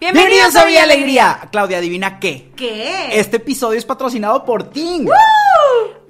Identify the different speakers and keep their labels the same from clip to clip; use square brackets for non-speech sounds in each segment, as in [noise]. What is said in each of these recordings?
Speaker 1: Bienvenidos a Vía Alegría. Claudia, adivina qué.
Speaker 2: ¿Qué?
Speaker 1: Este episodio es patrocinado por Ting.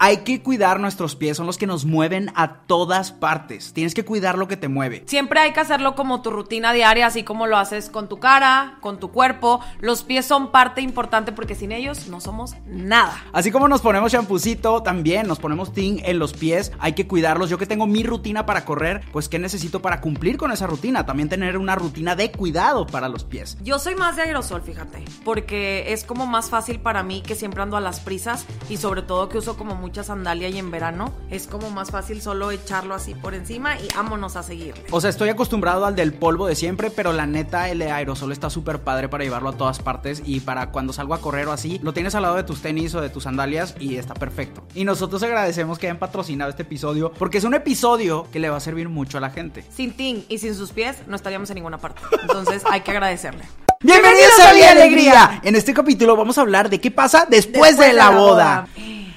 Speaker 1: Hay que cuidar nuestros pies, son los que nos mueven a todas partes. Tienes que cuidar lo que te mueve.
Speaker 2: Siempre hay que hacerlo como tu rutina diaria, así como lo haces con tu cara, con tu cuerpo. Los pies son parte importante porque sin ellos no somos nada.
Speaker 1: Así como nos ponemos champucito, también nos ponemos ting en los pies, hay que cuidarlos. Yo que tengo mi rutina para correr, pues ¿qué necesito para cumplir con esa rutina? También tener una rutina de cuidado para los pies.
Speaker 2: Yo soy más de aerosol, fíjate, porque es como más fácil para mí que siempre ando a las prisas y sobre todo que uso como mucha sandalia y en verano es como más fácil solo echarlo así por encima y vámonos a seguirle.
Speaker 1: O sea, estoy acostumbrado al del polvo de siempre, pero la neta, el de aerosol está súper padre para llevarlo a todas partes y para cuando salgo a correr o así, lo tienes al lado de tus tenis o de tus sandalias y está perfecto. Y nosotros agradecemos que hayan patrocinado este episodio porque es un episodio que le va a servir mucho a la gente.
Speaker 2: Sin Ting y sin sus pies no estaríamos en ninguna parte. Entonces hay que agradecerle.
Speaker 1: Bienvenidos a Vía Alegría. En este capítulo vamos a hablar de qué pasa después, de la, boda.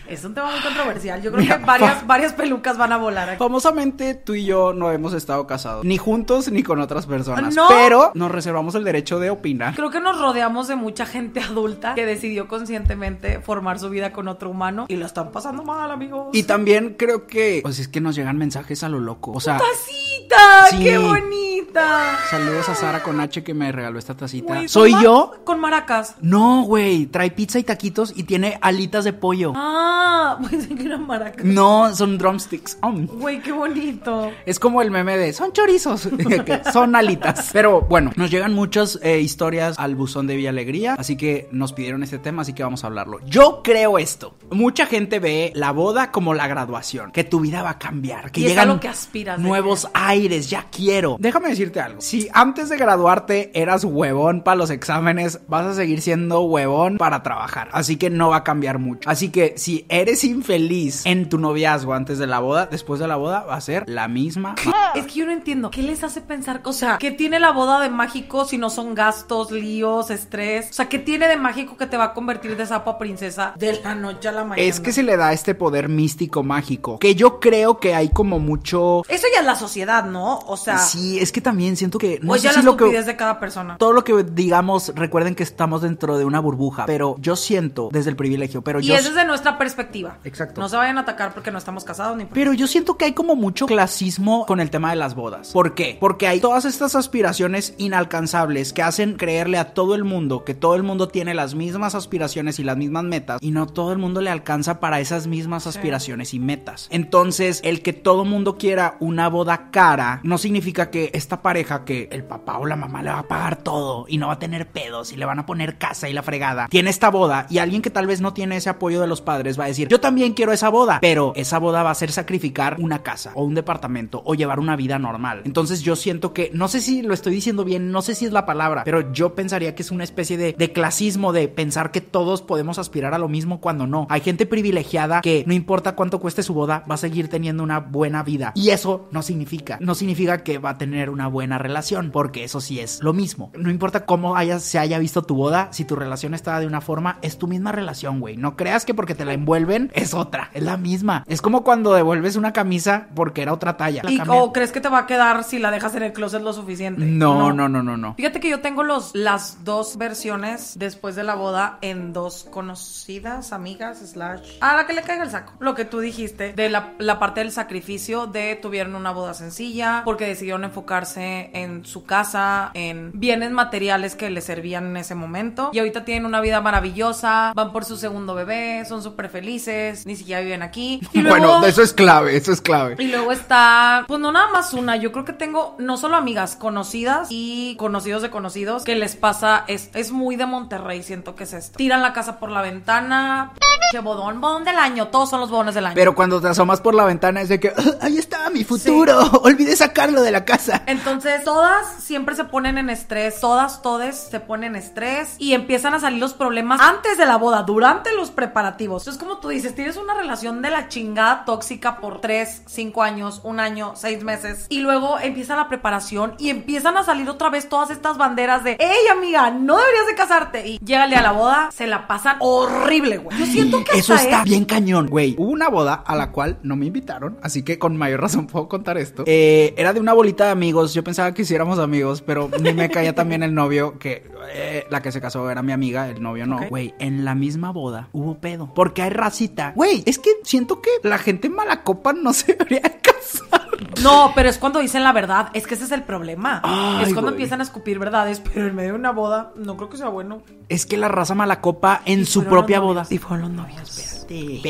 Speaker 2: Es un tema muy controversial. Yo
Speaker 1: [laughs]
Speaker 2: creo que varias, varias pelucas van a volar aquí.
Speaker 1: Famosamente tú y yo no hemos estado casados, ni juntos ni con otras personas,
Speaker 2: No.
Speaker 1: pero nos reservamos el derecho de opinar.
Speaker 2: Creo que nos rodeamos de mucha gente adulta que decidió conscientemente formar su vida con otro humano y la están pasando mal, amigos.
Speaker 1: Y también creo que, pues es que nos llegan mensajes a lo loco, o sea,
Speaker 2: ¡Tacita!
Speaker 1: Sí.
Speaker 2: ¡Qué bonita!
Speaker 1: saludos a Sara con H que me regaló esta tacita.
Speaker 2: Güey,
Speaker 1: ¿Soy
Speaker 2: con
Speaker 1: yo?
Speaker 2: ma- Con maracas.
Speaker 1: No, güey, trae pizza y taquitos y tiene alitas de pollo.
Speaker 2: Ah, [laughs] pensé que eran maracas.
Speaker 1: No, son drumsticks. Mm.
Speaker 2: Güey, qué bonito.
Speaker 1: Es como el meme de son chorizos, [laughs] que son alitas. Pero bueno, nos llegan muchas eh, historias al buzón de Villa Alegría, así que nos pidieron este tema, así que vamos a hablarlo. Yo creo esto. Mucha gente ve la boda como la graduación, que tu vida va a cambiar, que
Speaker 2: Y es
Speaker 1: llegan
Speaker 2: a lo que aspiras, de
Speaker 1: nuevos aires, ya quiero. Déjame decirte algo. Si antes de graduarte eras huevón para los exámenes, vas a seguir siendo huevón para trabajar, así que no va a cambiar mucho. Así que si eres infeliz en tu noviazgo antes de la boda, después de la boda va a ser la misma
Speaker 2: Es que yo no entiendo. ¿Qué les hace pensar? O sea, ¿qué tiene la boda de mágico si no son gastos, líos, estrés? O sea, ¿qué tiene de mágico que te va a convertir de sapo a princesa de la noche a la mañana?
Speaker 1: Es que se le da este poder místico mágico, que yo creo que hay como mucho...
Speaker 2: Eso ya es la sociedad, ¿no? O sea,
Speaker 1: Sí, es que también siento que... No
Speaker 2: o
Speaker 1: sé
Speaker 2: ya
Speaker 1: si
Speaker 2: la
Speaker 1: lo que...
Speaker 2: estupidez de cada persona.
Speaker 1: Todo lo que digamos, recuerden que estamos dentro de una burbuja, pero yo siento desde el privilegio, pero
Speaker 2: Y
Speaker 1: yo...
Speaker 2: es desde nuestra perspectiva.
Speaker 1: Exacto.
Speaker 2: No se vayan a atacar porque no estamos casados ni por-
Speaker 1: Pero yo siento que hay como mucho clasismo con el tema de las bodas. ¿Por qué? Porque hay todas estas aspiraciones inalcanzables que hacen creerle a todo el mundo que todo el mundo tiene las mismas aspiraciones y las mismas metas y no todo el mundo le alcanza para esas mismas aspiraciones y metas. Entonces, el que todo mundo quiera una boda cara no significa que esta pareja que el papá o la mamá le va a pagar todo y no va a tener pedos y le van a poner casa y la fregada. Tiene esta boda y alguien que tal vez no tiene ese apoyo de los padres va a decir, yo también quiero esa boda, pero esa boda va a ser sacrificar una casa o un departamento o llevar una vida normal. Entonces yo siento que, no sé si lo estoy diciendo bien, no sé si es la palabra, pero yo pensaría que es una especie de, de clasismo de pensar que todos podemos aspirar a lo mismo cuando no. Hay gente privilegiada que no importa cuánto cueste su boda, va a seguir teniendo una buena vida. Y eso no significa, no significa que va a tener una buena relación, porque eso sí es lo mismo. No importa cómo haya- se haya visto tu boda, si tu relación estaba de una forma, es tu misma relación, güey. No creas que porque te la envuelven es otra, es la misma. Es como cuando devuelves una camisa porque era otra talla. La
Speaker 2: ¿Y oh,
Speaker 1: cambian.
Speaker 2: o crees que te va a quedar si la dejas en el closet lo suficiente?
Speaker 1: No, no, no, no, no.
Speaker 2: Fíjate que yo tengo los, las dos versiones después de la boda en dos conocidas, amigas, slash. A la que le caiga el saco. Lo que tú dijiste de la, la parte del sacrificio de tuvieron una boda sencilla porque decidieron enfocarse en su casa, en bienes materiales que les servían en ese momento. Y ahorita tienen una vida maravillosa, van por su segundo bebé, son súper felices, ni siquiera viven aquí. Y luego-
Speaker 3: [laughs] Bueno, eso es clave, eso es clave.
Speaker 2: y luego está, pues no nada más una, yo creo que tengo no solo amigas conocidas y conocidos de conocidos que les pasa, es, es muy de Monterrey, siento que es esto. Tiran la casa por la ventana, que bodón, bodón del año, todos son los bodones del año.
Speaker 1: [laughs] Pero cuando te asomas por la ventana es de que, "Ah, ahí está mi futuro,
Speaker 3: olvidé sacarlo de la casa.
Speaker 2: Entonces, todas siempre se ponen en estrés, todas, todes se ponen en estrés y empiezan a salir los problemas antes de la boda, durante los preparativos. Entonces, como tú dices, tienes una relación de la chingada tóxica por 3, 5 años, un año, 6 meses y luego empieza la preparación y empiezan a salir otra vez todas estas banderas de, hey amiga, no deberías de casarte y llégale a la boda, se la pasan horrible, güey. Yo siento que
Speaker 1: Eso
Speaker 2: hasta
Speaker 1: está
Speaker 2: es-
Speaker 1: bien cañón, güey. Hubo una boda a la cual no me invitaron, así que con mayor razón [laughs] puedo contar esto. Eh, era de una bolita de amigos. Yo pensaba que hiciéramos amigos, pero ni me caía también el novio, que eh, la que se casó era mi amiga, el novio no. Güey, en la misma boda hubo pedo. Porque hay racita. Güey, es que siento que la gente mala copa no [laughs] se debería casar.
Speaker 2: No, pero es cuando dicen la verdad. Es que ese es el problema.
Speaker 1: Ay,
Speaker 2: es cuando
Speaker 1: güey.
Speaker 2: empiezan a escupir verdades, pero en medio de una boda no creo que sea bueno.
Speaker 1: Es que la raza mala copa en su
Speaker 2: fueron los
Speaker 1: propia boda.
Speaker 2: novios, Y fueron los novios, espérate.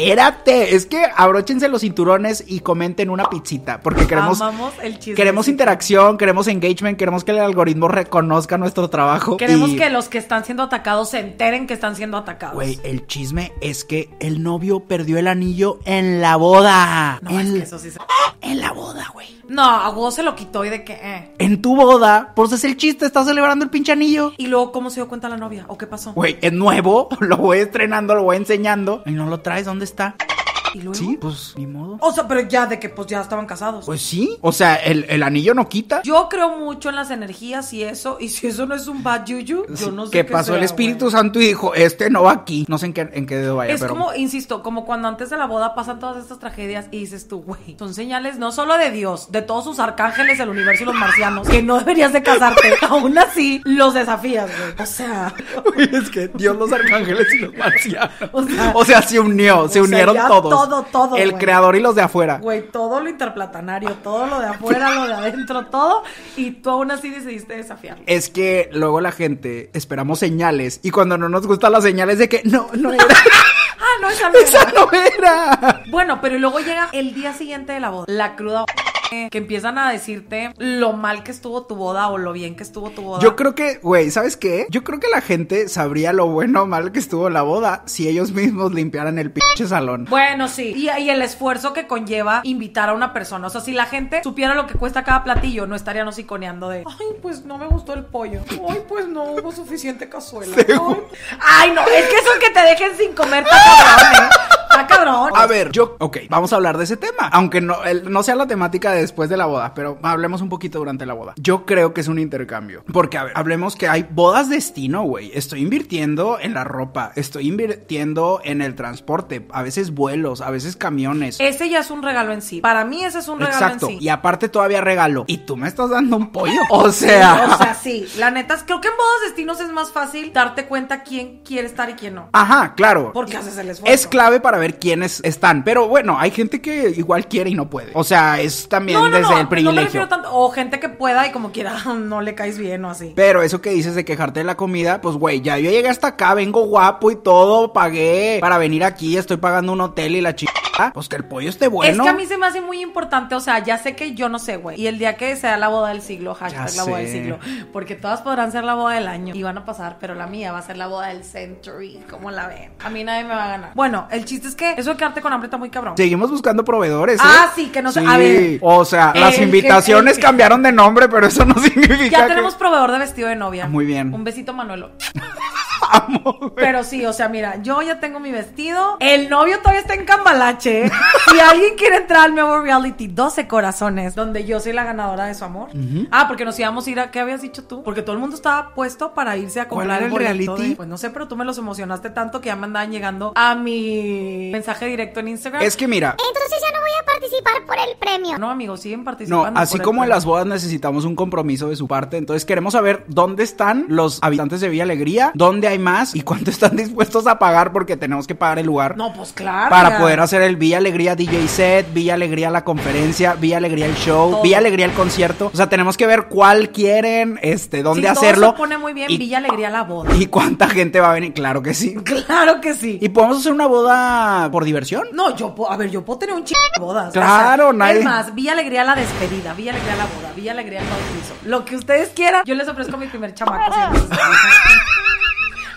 Speaker 1: Espérate, es que abróchense los cinturones y comenten una pizzita, porque queremos,
Speaker 2: Amamos el chisme.
Speaker 1: queremos interacción, queremos engagement, queremos que el algoritmo reconozca nuestro trabajo.
Speaker 2: Queremos
Speaker 1: y,
Speaker 2: que los que están siendo atacados se enteren que están siendo atacados.
Speaker 1: Güey, el chisme es que el novio perdió el anillo en la boda.
Speaker 2: No,
Speaker 1: en,
Speaker 2: es que eso sí se...
Speaker 1: en la boda, güey.
Speaker 2: No, a Hugo se lo quitó y de que, eh.
Speaker 1: En tu boda, pues es el chiste, estás celebrando el pinche anillo.
Speaker 2: Y luego, ¿cómo se dio cuenta la novia? ¿O qué pasó?
Speaker 1: Güey, es nuevo, [laughs] lo voy estrenando, lo voy enseñando. Y no lo traes, ¿dónde está?
Speaker 2: ¿Y luego?
Speaker 1: Sí, pues ni modo.
Speaker 2: O sea, pero ya de que pues ya estaban casados.
Speaker 1: Pues sí, o sea, el, el anillo no quita.
Speaker 2: Yo creo mucho en las energías y eso. Y si eso no es un bad juju, yo no sé
Speaker 1: que
Speaker 2: qué
Speaker 1: pasó el
Speaker 2: sea,
Speaker 1: Espíritu
Speaker 2: güey.
Speaker 1: Santo y dijo, este no va aquí. No sé en qué, en qué dedo vaya,
Speaker 2: Es
Speaker 1: pero...
Speaker 2: como, insisto, como cuando antes de la boda pasan todas estas tragedias y dices tú, güey, son señales no solo de Dios, de todos sus arcángeles, el universo y los marcianos, que no deberías de casarte. [laughs] Aún así, los desafías, güey. O sea,
Speaker 1: [laughs] Uy, es que Dios, los arcángeles y los marcianos.
Speaker 2: O
Speaker 1: O
Speaker 2: sea-
Speaker 1: sea, se unió,
Speaker 2: o
Speaker 1: se
Speaker 2: sea,
Speaker 1: unieron
Speaker 2: ya
Speaker 1: todos.
Speaker 2: todo, todo,
Speaker 1: El
Speaker 2: güey.
Speaker 1: creador y los de afuera.
Speaker 2: güey, todo lo interplatanario, todo lo de afuera, lo de adentro, todo. Y tú aún así decidiste desafiarlo.
Speaker 1: Es que luego la gente esperamos señales y cuando no nos gustan las señales de que no, no era, [laughs]
Speaker 2: Ah, no, esa no era.
Speaker 1: esa no era.
Speaker 2: [laughs] Bueno, pero luego llega el día siguiente de la boda, la cruda [laughs] que empiezan a decirte lo mal que estuvo tu boda o lo bien que estuvo tu boda.
Speaker 1: Yo creo que, güey, ¿sabes qué? Yo creo que la gente sabría lo bueno o mal que estuvo la boda si ellos mismos limpiaran el pinche salón.
Speaker 2: Bueno, sí. Y, y el esfuerzo que conlleva invitar a una persona. O sea, si la gente supiera lo que cuesta cada platillo, no estarían hociconeando de. Ay, pues no me gustó el pollo. Ay, pues no hubo suficiente
Speaker 1: [laughs]
Speaker 2: cazuela. Ay, Ay, no, es que eso es que te dejen sin comer, está cabrón, ¿eh? Está cabrón.
Speaker 1: A ver, Pues, yo, ok, vamos a hablar de ese tema. Aunque no, el- no sea la temática de después de la boda, pero hablemos un poquito durante la boda. Yo creo que es un intercambio. Porque, a ver, hablemos que hay bodas destino, güey. Estoy invirtiendo en la ropa, estoy invirtiendo en el transporte, a veces vuelos, a veces camiones.
Speaker 2: Ese ya es un regalo en sí. Para mí, ese es un regalo
Speaker 1: Exacto.
Speaker 2: en sí.
Speaker 1: Y aparte todavía regalo. Y tú me estás dando un pollo. [laughs] O sea.
Speaker 2: O sea, sí. La neta, es- creo que en bodas destinos es más fácil darte cuenta quién quiere estar y quién no.
Speaker 1: Ajá, claro.
Speaker 2: Porque haces el esfuerzo.
Speaker 1: Ah, Es clave para ver quiénes están. Pero bueno, hay gente que igual quiere y no puede. O sea, es también desde el
Speaker 2: no me
Speaker 1: privilegio.
Speaker 2: refiero tanto. O gente que pueda y como quiera, [laughs] no le caes bien o así.
Speaker 1: Pero eso que dices de quejarte de la comida, pues güey, ya yo llegué hasta acá, vengo guapo y todo, pagué para venir aquí, estoy pagando un hotel y la chica. Pues que el pollo esté bueno.
Speaker 2: Es que a mí se me hace muy importante, o sea, ya sé que yo no sé, güey. Y el día que sea la boda del siglo, hashtag
Speaker 1: Ya
Speaker 2: la boda del
Speaker 1: sé.
Speaker 2: siglo, porque todas podrán ser la boda del año y van a pasar, pero la mía va a ser la boda del century, ¿cómo la ven? A mí nadie me va a ganar. Bueno, el chiste es que eso de quedarte con hambre está muy cabrón.
Speaker 1: Seguimos buscando proveedores. ¿eh?
Speaker 2: Ah, sí, que no sé- a ver.
Speaker 1: O sea,
Speaker 2: El
Speaker 1: las
Speaker 2: que-
Speaker 1: invitaciones
Speaker 2: el que-
Speaker 1: cambiaron de nombre, pero eso no [laughs] significa.
Speaker 2: Ya
Speaker 1: que-
Speaker 2: tenemos proveedor de vestido de novia.
Speaker 1: Ah, muy bien.
Speaker 2: Un besito, Manuelo.
Speaker 1: Amo, güey.
Speaker 2: Pero sí, o sea, mira, yo ya tengo mi vestido. El novio todavía está en cambalache. [laughs] Si alguien quiere entrar al nuevo reality 12 corazones, donde yo soy la ganadora de su amor. Ah, porque nos íbamos a ir a. ¿Qué habías dicho tú? Porque todo el mundo estaba puesto para irse a
Speaker 1: ¿Cuál
Speaker 2: comprar el
Speaker 1: era el
Speaker 2: boleto
Speaker 1: reality?
Speaker 2: de- pues no sé, pero tú me los emocionaste tanto que ya me andaban llegando a mi mensaje directo en Instagram.
Speaker 1: Es que mira,
Speaker 4: Entonces ya no voy a participar por el premio.
Speaker 2: No, amigos, siguen participando.
Speaker 1: no, así
Speaker 2: por el
Speaker 1: como en
Speaker 2: premio.
Speaker 1: las bodas necesitamos un compromiso de su parte, entonces queremos saber dónde están los habitantes de Villa Alegría, dónde hay más y cuánto están dispuestos a pagar porque tenemos que pagar el lugar.
Speaker 2: No, pues claro.
Speaker 1: Para
Speaker 2: ya.
Speaker 1: poder hacer el Villa Alegría DJ set, Villa Alegría la conferencia, Villa Alegría el show,
Speaker 2: Todo.
Speaker 1: Villa Alegría el concierto. O sea, tenemos que ver cuál quieren, este, dónde
Speaker 2: Sí, todo
Speaker 1: hacerlo.
Speaker 2: se pone muy bien
Speaker 1: y,
Speaker 2: Villa Alegría la boda.
Speaker 1: y cuánta gente va a venir. Claro que sí.
Speaker 2: [laughs] Claro que sí.
Speaker 1: Y podemos hacer una boda por diversión.
Speaker 2: No, yo puedo, a ver, yo puedo tener un chingo de bodas.
Speaker 1: Claro, nadie-
Speaker 2: Es más, Villa Alegría la despedida, Villa Alegría la boda, Villa Alegría el bautizo. Lo que ustedes quieran, yo les ofrezco mi primer chamaco. si les gusta.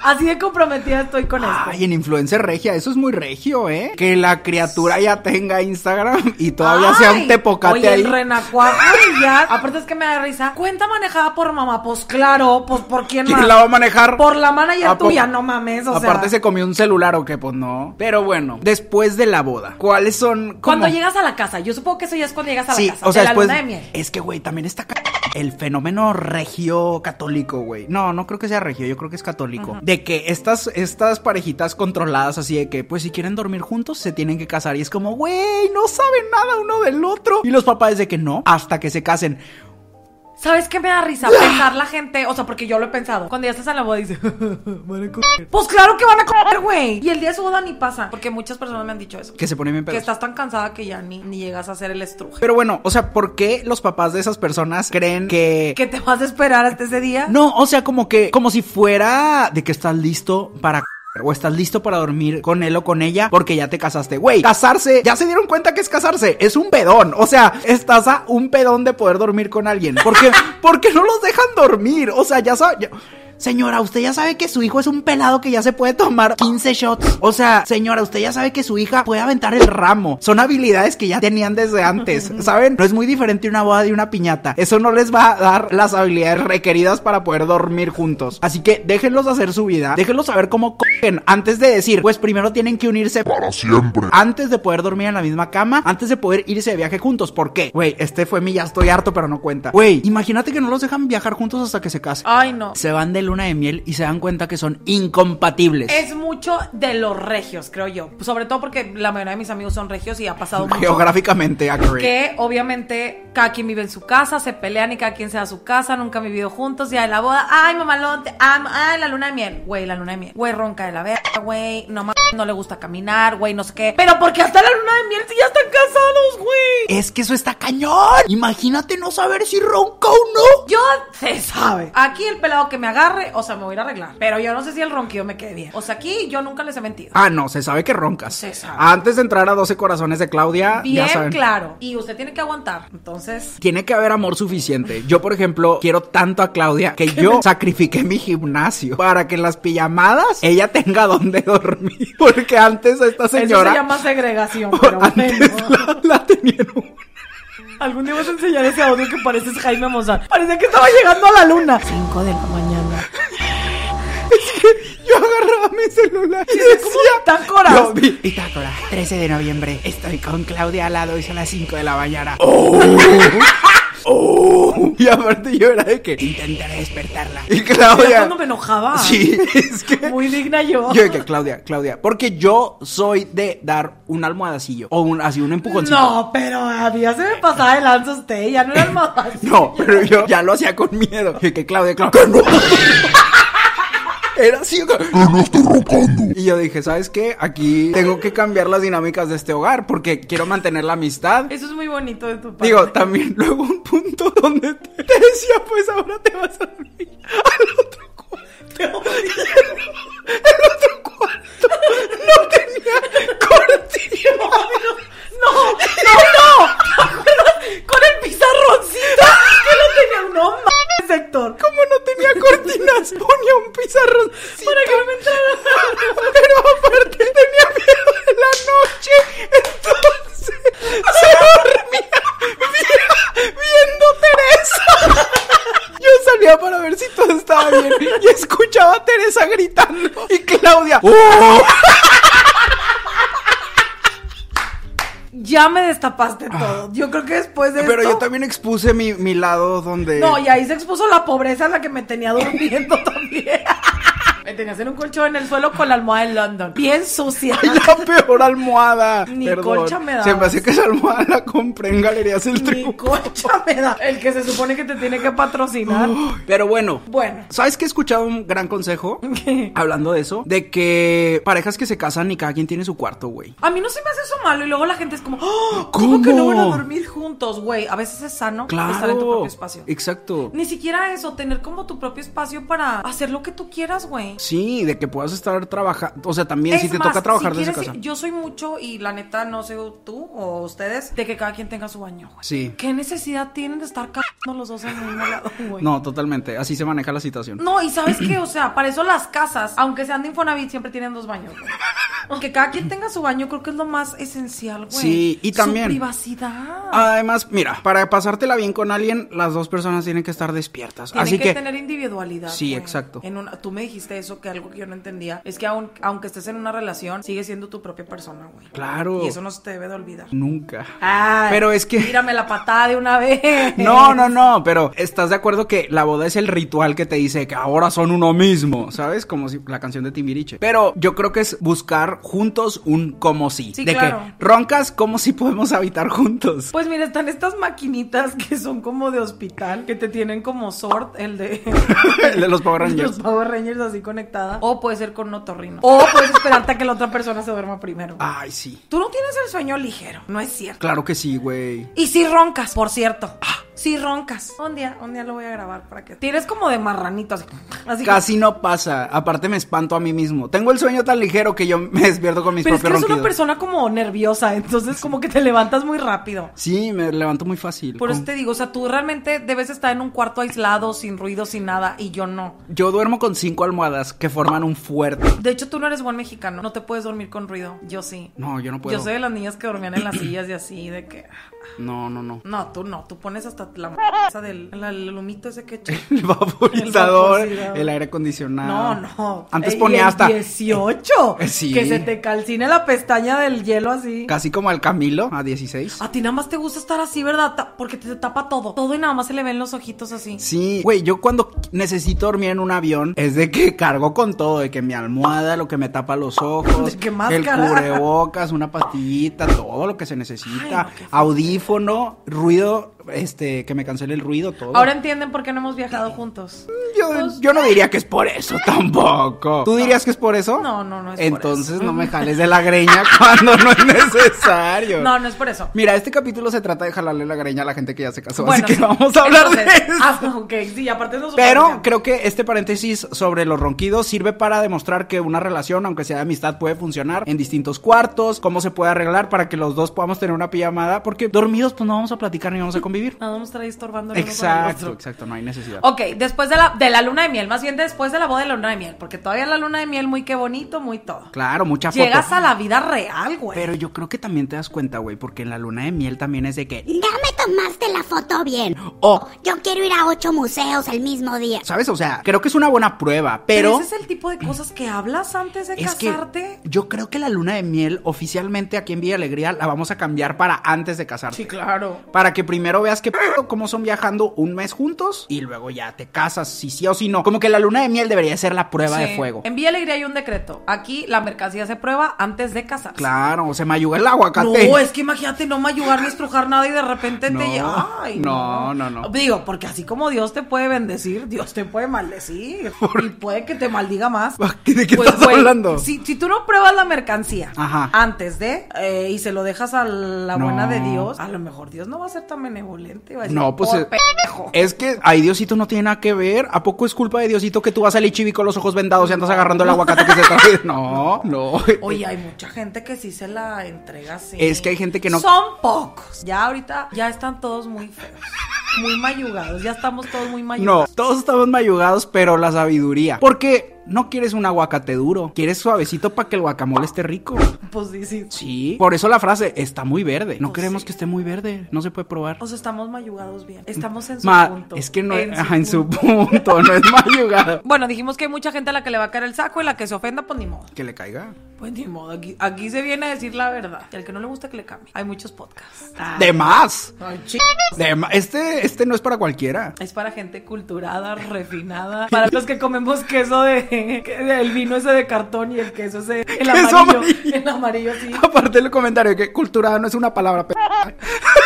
Speaker 2: Así de comprometida estoy con esto.
Speaker 1: Ay, en influencer regia, eso es muy regio, ¿eh? Que la criatura ya tenga Instagram y todavía sea
Speaker 2: Ay,
Speaker 1: un tepocate
Speaker 2: oye,
Speaker 1: ahí.
Speaker 2: el renacuajo y ya. Aparte es que me da risa. Cuenta manejada por mamá. Pues claro, pues por quién más.
Speaker 1: ¿Quién la va a manejar?
Speaker 2: Por la manager
Speaker 1: ¿A poco?
Speaker 2: tuya, no mames. O
Speaker 1: Aparte
Speaker 2: sea,
Speaker 1: se comió un celular o qué, pues no. Pero bueno, después de la boda, ¿cuáles son?
Speaker 2: cuando
Speaker 1: como-
Speaker 2: llegas a la casa. Yo supongo que eso ya es cuando llegas a la
Speaker 1: Sí,
Speaker 2: casa.
Speaker 1: o sea,
Speaker 2: de la
Speaker 1: después.
Speaker 2: luna de miel.
Speaker 1: Es que, güey, también está ca- el fenómeno regio católico, güey. No, no creo que sea regio, yo creo que es católico. De que estas, estas parejitas controladas, así de que, pues si quieren dormir juntos, se tienen que casar. Y es como, güey, no saben nada uno del otro. Y los papás de que no, hasta que se casen.
Speaker 2: ¿Sabes qué me da
Speaker 1: [laughs]
Speaker 2: risa? Pensar la gente, o sea, porque yo lo he pensado. Cuando ya estás en la boda dices, [laughs] van a comer. Pues claro que van a comer, güey. Y el día de su boda ni pasa. Porque muchas personas me han dicho eso.
Speaker 1: Que se pone bien
Speaker 2: Que
Speaker 1: pedos.
Speaker 2: estás tan cansada que ya ni, ni llegas a hacer el estruje.
Speaker 1: Pero bueno, o sea, ¿por qué los papás de esas personas creen que
Speaker 2: que te vas a esperar hasta ese día.
Speaker 1: No, o sea, como que, como si fuera de que estás listo para c- o estás listo para dormir con él o con ella porque ya te casaste. Güey, casarse, ya se dieron cuenta que es casarse, es un pedón. O sea, estás a un pedón de poder dormir con alguien. [laughs] Porque, porque no los dejan dormir. O sea, ya sabes. Señora, usted ya sabe que su hijo es un pelado que ya se puede tomar 15 shots. O sea, señora, usted ya sabe que su hija puede aventar el ramo. Son habilidades que ya tenían desde antes, ¿saben? No es muy diferente una boda de una piñata. Eso no les va a dar las habilidades requeridas para poder dormir juntos. Así que déjenlos hacer su vida, déjenlos saber cómo cogen antes de decir, pues primero tienen que unirse para siempre. Antes de poder dormir en la misma cama, antes de poder irse de viaje juntos. ¿Por qué? Güey, este fue mi ya estoy harto, pero no cuenta. Güey, imagínate que no los dejan viajar juntos hasta que se casen
Speaker 2: Ay, no.
Speaker 1: Oh. se van de luna de miel y se dan cuenta que son incompatibles.
Speaker 2: Es mucho de los regios, creo yo. Sobre todo porque la mayoría de mis amigos son regios y ha pasado mucho.
Speaker 1: [laughs] Geográficamente, accurate.
Speaker 2: Que obviamente cada quien vive en su casa, se pelean y cada quien se da a su casa, nunca han vivido juntos, ya en la boda, ay mamalón, te amo, ay la luna de miel, güey, la luna de miel, güey, ronca de la verga, güey, no mames, no le gusta caminar, güey, no sé qué, pero porque hasta la luna de miel si ya están casados, güey.
Speaker 1: Es que eso está cañón. Imagínate no saber si ronca o no.
Speaker 2: Yo se sabe. Aquí el pelado que me agarre, o sea, me voy a ir a arreglar. Pero yo no sé si el ronquido me quede bien. O sea, aquí yo nunca les he mentido.
Speaker 1: Ah, no, se sabe que roncas.
Speaker 2: Se sabe.
Speaker 1: Antes de entrar a 12 corazones de Claudia,
Speaker 2: Bien
Speaker 1: ya saben.
Speaker 2: claro. Y usted tiene que aguantar. Entonces,
Speaker 1: Tiene que haber amor suficiente. Yo, por ejemplo, quiero tanto a Claudia que yo sacrifiqué mi gimnasio para que en las pijamadas ella tenga donde dormir. [laughs] Porque antes a esta
Speaker 2: eso se
Speaker 1: señora.
Speaker 2: llama segregación. Pero
Speaker 1: [laughs] antes
Speaker 2: bueno.
Speaker 1: [laughs] la, la tenían un-
Speaker 2: Algún día vas a enseñar ese audio que pareces Jaime Mozart. Parecía que estaba llegando a la luna. 5 de la [laughs] mañana.
Speaker 1: Yo agarraba mi celular y
Speaker 2: Dice, ¿cómo Pitágoras?
Speaker 1: Lo vi. Pitágoras, 13 de noviembre. Estoy con Claudia al lado y son las 5 de la mañana. [laughs] Oh. Y aparte yo era de que intentaré despertarla. Y
Speaker 2: Era
Speaker 1: Claudia.
Speaker 2: cuando me enojaba.
Speaker 1: Sí, [laughs] es que.
Speaker 2: Muy digna yo.
Speaker 1: Yo de que Claudia, Claudia, porque yo soy de dar un almohadacillo o un, así un empujoncito.
Speaker 2: No, pero había se me pasaba de lanza usted. Ya no era almohada.
Speaker 1: [laughs] No, pero yo ya lo hacía con miedo. Y que Claudia, Claudia. ¡Que no! [laughs] Era así. o sea, Y yo dije, ¿sabes qué? Aquí tengo que cambiar las dinámicas de este hogar porque quiero mantener la amistad.
Speaker 2: Eso es muy bonito de tu parte.
Speaker 1: Digo, también luego un punto donde te te decía, pues ahora te vas a dormir al otro cuarto. El [laughs] otro cuarto no tenía cortina.
Speaker 2: No, no, [laughs] no. ¿Te acuerdas? Con el pizarroncito. Que lo tenía un
Speaker 1: [laughs]
Speaker 2: hombre, sector.
Speaker 1: Como no tenía cortinas, ponía un pizarrón.
Speaker 2: Para que no me entrara.
Speaker 1: Pero aparte tenía miedo de la noche, entonces
Speaker 2: [laughs]
Speaker 1: se dormía vi- [laughs] viendo Teresa. [laughs] Yo salía para ver si todo estaba bien y escuchaba a Teresa gritando y Claudia. "Oh".
Speaker 2: Ya me destapaste todo. Yo creo que después de
Speaker 1: Ah. Pero
Speaker 2: esto-
Speaker 1: yo también expuse mi, mi lado donde.
Speaker 2: No, y ahí se expuso la pobreza en la que me tenía durmiendo [laughs] también. me tenías en un colchón en el suelo con la almohada de London. Bien sucia.
Speaker 1: [laughs] La peor almohada.
Speaker 2: Ni
Speaker 1: Perdón.
Speaker 2: colcha me dabas.
Speaker 1: Se me hace que esa almohada la compré en Galerías El
Speaker 2: Mi
Speaker 1: Triunfo.
Speaker 2: colcha me da. El que se supone que te tiene que patrocinar.
Speaker 1: Pero bueno,
Speaker 2: Bueno.
Speaker 1: ¿Sabes que he escuchado un gran consejo?
Speaker 2: ¿Qué?
Speaker 1: Hablando de eso, de que parejas que se casan y cada quien tiene su cuarto, güey.
Speaker 2: A mí no se me hace eso malo y luego la gente es como, "Oh, ¿cómo,
Speaker 1: ¿Cómo?
Speaker 2: que no van a dormir juntos, güey? A veces es sano
Speaker 1: Claro.
Speaker 2: estar en tu propio espacio.
Speaker 1: Exacto.
Speaker 2: Ni siquiera eso, tener como tu propio espacio para hacer lo que tú quieras, güey.
Speaker 1: Sí, de que puedas estar trabajando. O sea, también si
Speaker 2: Es
Speaker 1: te
Speaker 2: más,
Speaker 1: toca trabajar
Speaker 2: si
Speaker 1: desde
Speaker 2: quieres-
Speaker 1: casa.
Speaker 2: Yo soy mucho, y la neta, no sé tú o ustedes, de que cada quien tenga su baño, güey.
Speaker 1: Sí.
Speaker 2: ¿Qué necesidad tienen de estar cagando los dos en el mismo lado, güey?
Speaker 1: No, totalmente. Así se maneja la situación.
Speaker 2: No, y ¿sabes qué? O sea, para eso las casas, aunque sean de Infonavit, siempre tienen dos baños, güey. Aunque cada quien tenga su baño, creo que es lo más esencial, güey.
Speaker 1: Sí, y también- Ah,
Speaker 2: Su privacidad.
Speaker 1: Además, mira, para pasártela bien con alguien, las dos personas tienen que estar despiertas.
Speaker 2: Tienen
Speaker 1: Así
Speaker 2: que,
Speaker 1: que,
Speaker 2: tener individualidad.
Speaker 1: Sí,
Speaker 2: güey.
Speaker 1: exacto.
Speaker 2: En una- tú me dijiste eso, que algo que yo no entendía es que aun- aunque estés en una relación, sigues siendo tu propia persona, güey.
Speaker 1: Claro.
Speaker 2: Y eso no se te debe de olvidar.
Speaker 1: nunca.
Speaker 2: Ay,
Speaker 1: Pero es que-
Speaker 2: Tírame la patada de una vez.
Speaker 1: No, no, no, pero estás de acuerdo que la boda es el ritual que te dice que ahora son uno mismo, ¿sabes? Como si la canción de Timbiriche. Pero yo creo que es buscar juntos un como si.
Speaker 2: Sí,
Speaker 1: de
Speaker 2: claro.
Speaker 1: que roncas como si podemos habitar juntos.
Speaker 2: Pues mira, están estas maquinitas que son como de hospital, que te tienen como sort, el de...
Speaker 1: [laughs] El de los Power Rangers.
Speaker 2: [laughs] Los Power Rangers así conectada. O puede ser con notorrino. O puedes esperarte a que la otra persona se duerma primero.
Speaker 1: Ay, sí.
Speaker 2: Tú no tienes el sueño ligero, no es cierto.
Speaker 1: Ah. Claro Ah. que sí, güey.
Speaker 2: Y si roncas, por cierto. Si roncas. Un día, un día lo voy a grabar para que. Tienes como de marranito así. así
Speaker 1: Casi no pasa. Aparte me espanto a mí mismo. Tengo el sueño tan ligero que yo [laughs] me despierto con mis
Speaker 2: Pero es que
Speaker 1: propios
Speaker 2: eres una persona
Speaker 1: ronquidos.
Speaker 2: como nerviosa, entonces como que te levantas muy rápido.
Speaker 1: Sí, me levanto muy fácil.
Speaker 2: Por este-
Speaker 1: Con-
Speaker 2: eso te digo, o sea, tú realmente debes estar en un cuarto aislado, sin ruido, sin nada, y yo no.
Speaker 1: Yo duermo con cinco almohadas que forman un fuerte.
Speaker 2: De hecho, tú no eres buen mexicano, no te puedes dormir con ruido. Yo sí.
Speaker 1: No, yo no puedo.
Speaker 2: Yo soy de las niñas que dormían en las [clears throat] sillas y así, de que.
Speaker 1: No, no, [laughs] no.
Speaker 2: No, tú no, tú pones hasta la m esa del la- el lumito ese que echa.
Speaker 1: El vaporizador,
Speaker 2: El
Speaker 1: el,
Speaker 2: vaporizador.
Speaker 1: aire acondicionado.
Speaker 2: No, no.
Speaker 1: Antes
Speaker 2: Eh, y
Speaker 1: ponía
Speaker 2: el
Speaker 1: hasta
Speaker 2: 18.
Speaker 1: [laughs] Eh, sí.
Speaker 2: Que se te calcine la pestaña del hielo así.
Speaker 1: casi como al Camilo a 16.
Speaker 2: A ti nada más te gusta estar así, ¿verdad? Ta- Porque te, te tapa todo. Todo y nada más se le ven los ojitos así.
Speaker 1: Sí, güey, yo cuando necesito dormir en un avión es de que cargo con todo, de que mi almohada, lo que me tapa los ojos,
Speaker 2: De que
Speaker 1: el
Speaker 2: máscara.
Speaker 1: cubrebocas, una pastillita, todo lo que se necesita,
Speaker 2: Ay, no, qué
Speaker 1: audífono, ruido, este, que me cancele el ruido, todo.
Speaker 2: Ahora entienden por qué no hemos viajado juntos.
Speaker 1: yo,
Speaker 2: pues-
Speaker 1: yo no diría que es por eso [laughs] tampoco. ¿Tú dirías que es por eso?
Speaker 2: No, no, no es por
Speaker 1: Entonces no me jales de la greña [laughs] cuando no es necesario.
Speaker 2: No, no es por eso.
Speaker 1: Mira, este capítulo se trata de jalarle la greña a la gente que ya se casó,
Speaker 2: Bueno,
Speaker 1: así que
Speaker 2: sí.
Speaker 1: vamos a hablar
Speaker 2: Entonces,
Speaker 1: de
Speaker 2: ah,
Speaker 1: eso.
Speaker 2: ok, sí, aparte no
Speaker 1: Pero creo que este paréntesis sobre los ronquidos sirve para demostrar que una relación, aunque sea de amistad, puede funcionar en distintos cuartos, cómo se puede arreglar para que los dos podamos tener una pijamada, porque dormidos pues no vamos a platicar ni vamos
Speaker 2: [laughs]
Speaker 1: a convivir.
Speaker 2: Nada vamos a estar ahí estorbando el uno con el
Speaker 1: Exacto,
Speaker 2: otro.
Speaker 1: exacto, no hay necesidad.
Speaker 2: Ok, después de la, de la luna de miel, más bien después de la boda de la luna de miel, porque todavía la luna de miel, muy qué bonito, muy todo.
Speaker 1: Claro, mucha foto.
Speaker 2: Llegas a la vida real, güey.
Speaker 1: Pero yo creo que también te das cuenta, güey, porque en la luna de miel también es de que...
Speaker 4: Ya me tomaste la foto bien.
Speaker 1: Oh,
Speaker 4: Yo quiero ir a ocho museos el mismo día.
Speaker 1: ¿sabes? O sea, creo que es una buena prueba, pero...
Speaker 2: ese es el tipo de cosas que hablas antes de
Speaker 1: Es
Speaker 2: casarte.
Speaker 1: que yo creo que la luna de miel oficialmente aquí en Villa Alegría la vamos a cambiar para antes de casarte.
Speaker 2: claro.
Speaker 1: Para que primero veas que cómo son viajando un mes juntos y luego ya te casas, si sí o si no. Como que la luna de miel debería ser la prueba de
Speaker 2: Sí. Em,
Speaker 1: fuego.
Speaker 2: En Villa Alegría hay un decreto. Aquí la mercancía se prueba antes de casarse.
Speaker 1: Claro, se me ayuda el aguacate.
Speaker 2: No, es que imagínate no mayugar ni estrujar nada y de repente
Speaker 1: No,
Speaker 2: te llega. Ay,
Speaker 1: no, no, no.
Speaker 2: Digo, porque así como Dios te puede bendecir, Dios te puede
Speaker 1: [laughs]
Speaker 2: maldecir. Y puede que te maldiga más.
Speaker 1: [laughs] ¿De qué estás
Speaker 2: pues, güey,
Speaker 1: hablando?
Speaker 2: Si, si tú no pruebas la mercancía
Speaker 1: Ajá.
Speaker 2: antes de eh, y se lo dejas a la
Speaker 1: No.
Speaker 2: buena de Dios, a lo mejor Dios no va a ser tan benevolente. Va a decir,
Speaker 1: No, pues
Speaker 2: "Por
Speaker 1: es,
Speaker 2: pendejo".
Speaker 1: es que ay Diosito no tiene nada que ver. ¿A poco es culpa de Diosito que tú vas al Ichibi con los ojos vendados y andas agarrando el aguacate que se trae? [laughs] No, no.
Speaker 2: Oye, hay mucha gente que sí se la entrega así.
Speaker 1: Es que hay gente que no-
Speaker 2: Son pocos. Ya ahorita ya están todos muy feos. Muy mayugados. Ya estamos todos muy
Speaker 1: No,
Speaker 2: mayugados.
Speaker 1: todos estamos mayugados, pero la sabiduría. Porque no quieres un aguacate duro, quieres suavecito para que el guacamole esté rico.
Speaker 2: Pues sí, sí.
Speaker 1: Sí. Por eso la frase está muy verde. No
Speaker 2: Pues
Speaker 1: queremos
Speaker 2: sí.
Speaker 1: que esté muy verde, no se puede probar.
Speaker 2: O sea, estamos mayugados bien. Estamos en su
Speaker 1: Ma-
Speaker 2: punto.
Speaker 1: es que no
Speaker 2: En
Speaker 1: es
Speaker 2: su
Speaker 1: en su
Speaker 2: punto.
Speaker 1: punto, no es
Speaker 2: [laughs]
Speaker 1: mayugado.
Speaker 2: Bueno, dijimos que hay mucha gente a la que le va a caer el saco y la que se ofenda, pues ni modo.
Speaker 1: Que le caiga.
Speaker 2: Pues ni modo. Aquí, aquí se viene a decir la verdad. Y al que no le gusta que le cambie. Hay muchos podcasts.
Speaker 1: De más.
Speaker 2: Ay, chi-
Speaker 1: De ma- Este, este no es para cualquiera.
Speaker 2: Es para gente culturada, refinada, para los que comemos queso de, el vino ese de cartón y el queso ese, el amarillo,
Speaker 1: Queso amarillo.
Speaker 2: el amarillo sí,
Speaker 1: [laughs] Aparte el comentario que culturada no es una palabra. [laughs] p-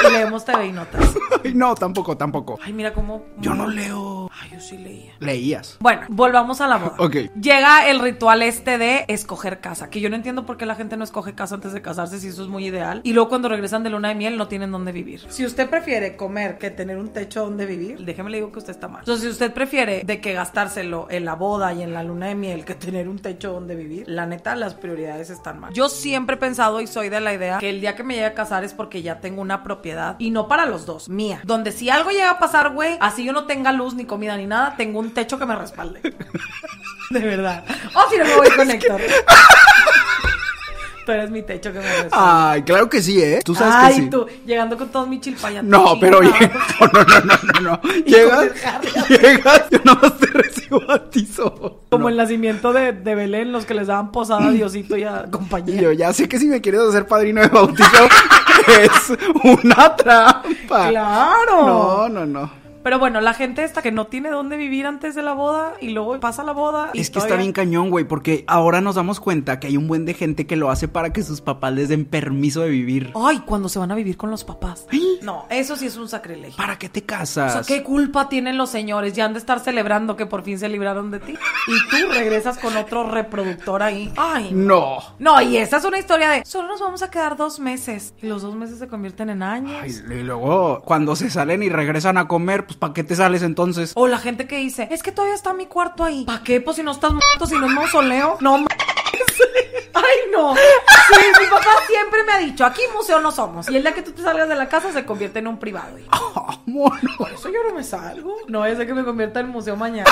Speaker 2: y leemos TV y notas.
Speaker 1: Ay, no, tampoco, tampoco.
Speaker 2: Ay, mira cómo
Speaker 1: Yo no leo.
Speaker 2: Ay, Yo sí leía.
Speaker 5: Leías.
Speaker 2: Bueno, volvamos a la boda.
Speaker 1: Ok.
Speaker 2: Llega el ritual este de escoger casa, que yo no entiendo por qué la gente no escoge casa antes de casarse si eso es muy ideal. Y luego cuando regresan de luna de miel no tienen dónde vivir. Si usted prefiere comer que tener un techo donde vivir, déjeme le digo que usted está mal. Entonces, si usted prefiere de que gastárselo en la boda y en la luna de miel que tener un techo donde vivir, la neta, las prioridades están mal. Yo siempre he pensado y soy de la idea que el día que me llegue a casar es porque ya tengo una propiedad y no para los dos, mía. Donde si algo llega a pasar, güey, así yo no tenga luz ni comida ni nada, tengo un techo que me respalde.
Speaker 1: [laughs]
Speaker 2: De verdad. O si no me voy con Héctor. Tú eres mi techo que me respalda.
Speaker 1: Ay, claro que sí, ¿eh? Ah, Tú sabes
Speaker 2: Ay,
Speaker 1: que sí.
Speaker 2: tú, llegando con todos mis chilpayas.
Speaker 1: No, pero oye, no, no, no, no, no.
Speaker 2: [laughs]
Speaker 1: Llegas, llegas, yo nada más te recibo a ti solo.
Speaker 2: Como el nacimiento de, de Belén, los que les daban posada a Diosito y a
Speaker 1: [laughs] Y
Speaker 2: compañía.
Speaker 1: yo ya sé que si me quieres hacer padrino de bautizo [laughs] es una trampa.
Speaker 2: Claro.
Speaker 1: ah, No, no, no.
Speaker 2: Pero bueno, la gente esta que no tiene dónde vivir antes de la boda y luego pasa la boda. y
Speaker 5: Es que está
Speaker 2: todavía-
Speaker 5: bien cañón, güey, porque ahora nos damos cuenta que hay un buen de gente que lo hace para que sus papás les den permiso de vivir.
Speaker 2: Ay, cuando se van a vivir con los papás.
Speaker 5: Ay.
Speaker 2: No, eso sí es un sacrilegio.
Speaker 5: ¿Para qué te
Speaker 2: O
Speaker 5: casas?
Speaker 2: sea, ¿qué culpa tienen los señores? Ya han de estar celebrando que por fin se libraron de ti. Y tú regresas con otro reproductor ahí. Ay. No.
Speaker 1: No.
Speaker 2: No, y esa es una historia de solo nos vamos a quedar dos meses. Y los dos meses se convierten en años.
Speaker 5: Ay, y luego, cuando se salen y regresan a comer, pues ¿para qué te sales entonces?
Speaker 2: O la gente que dice, es que todavía está mi cuarto ahí. ¿Para qué? Pues si no estás muerto, si no es mausoleo. No mames. [laughs] Ay, no. Sí, mi papá siempre me ha dicho, aquí museo no somos. Y el día que tú te salgas de la casa se convierte en un privado. Y,
Speaker 1: [laughs]
Speaker 5: Oh, mono.
Speaker 2: Por eso yo no me salgo. No es que me convierta en museo mañana.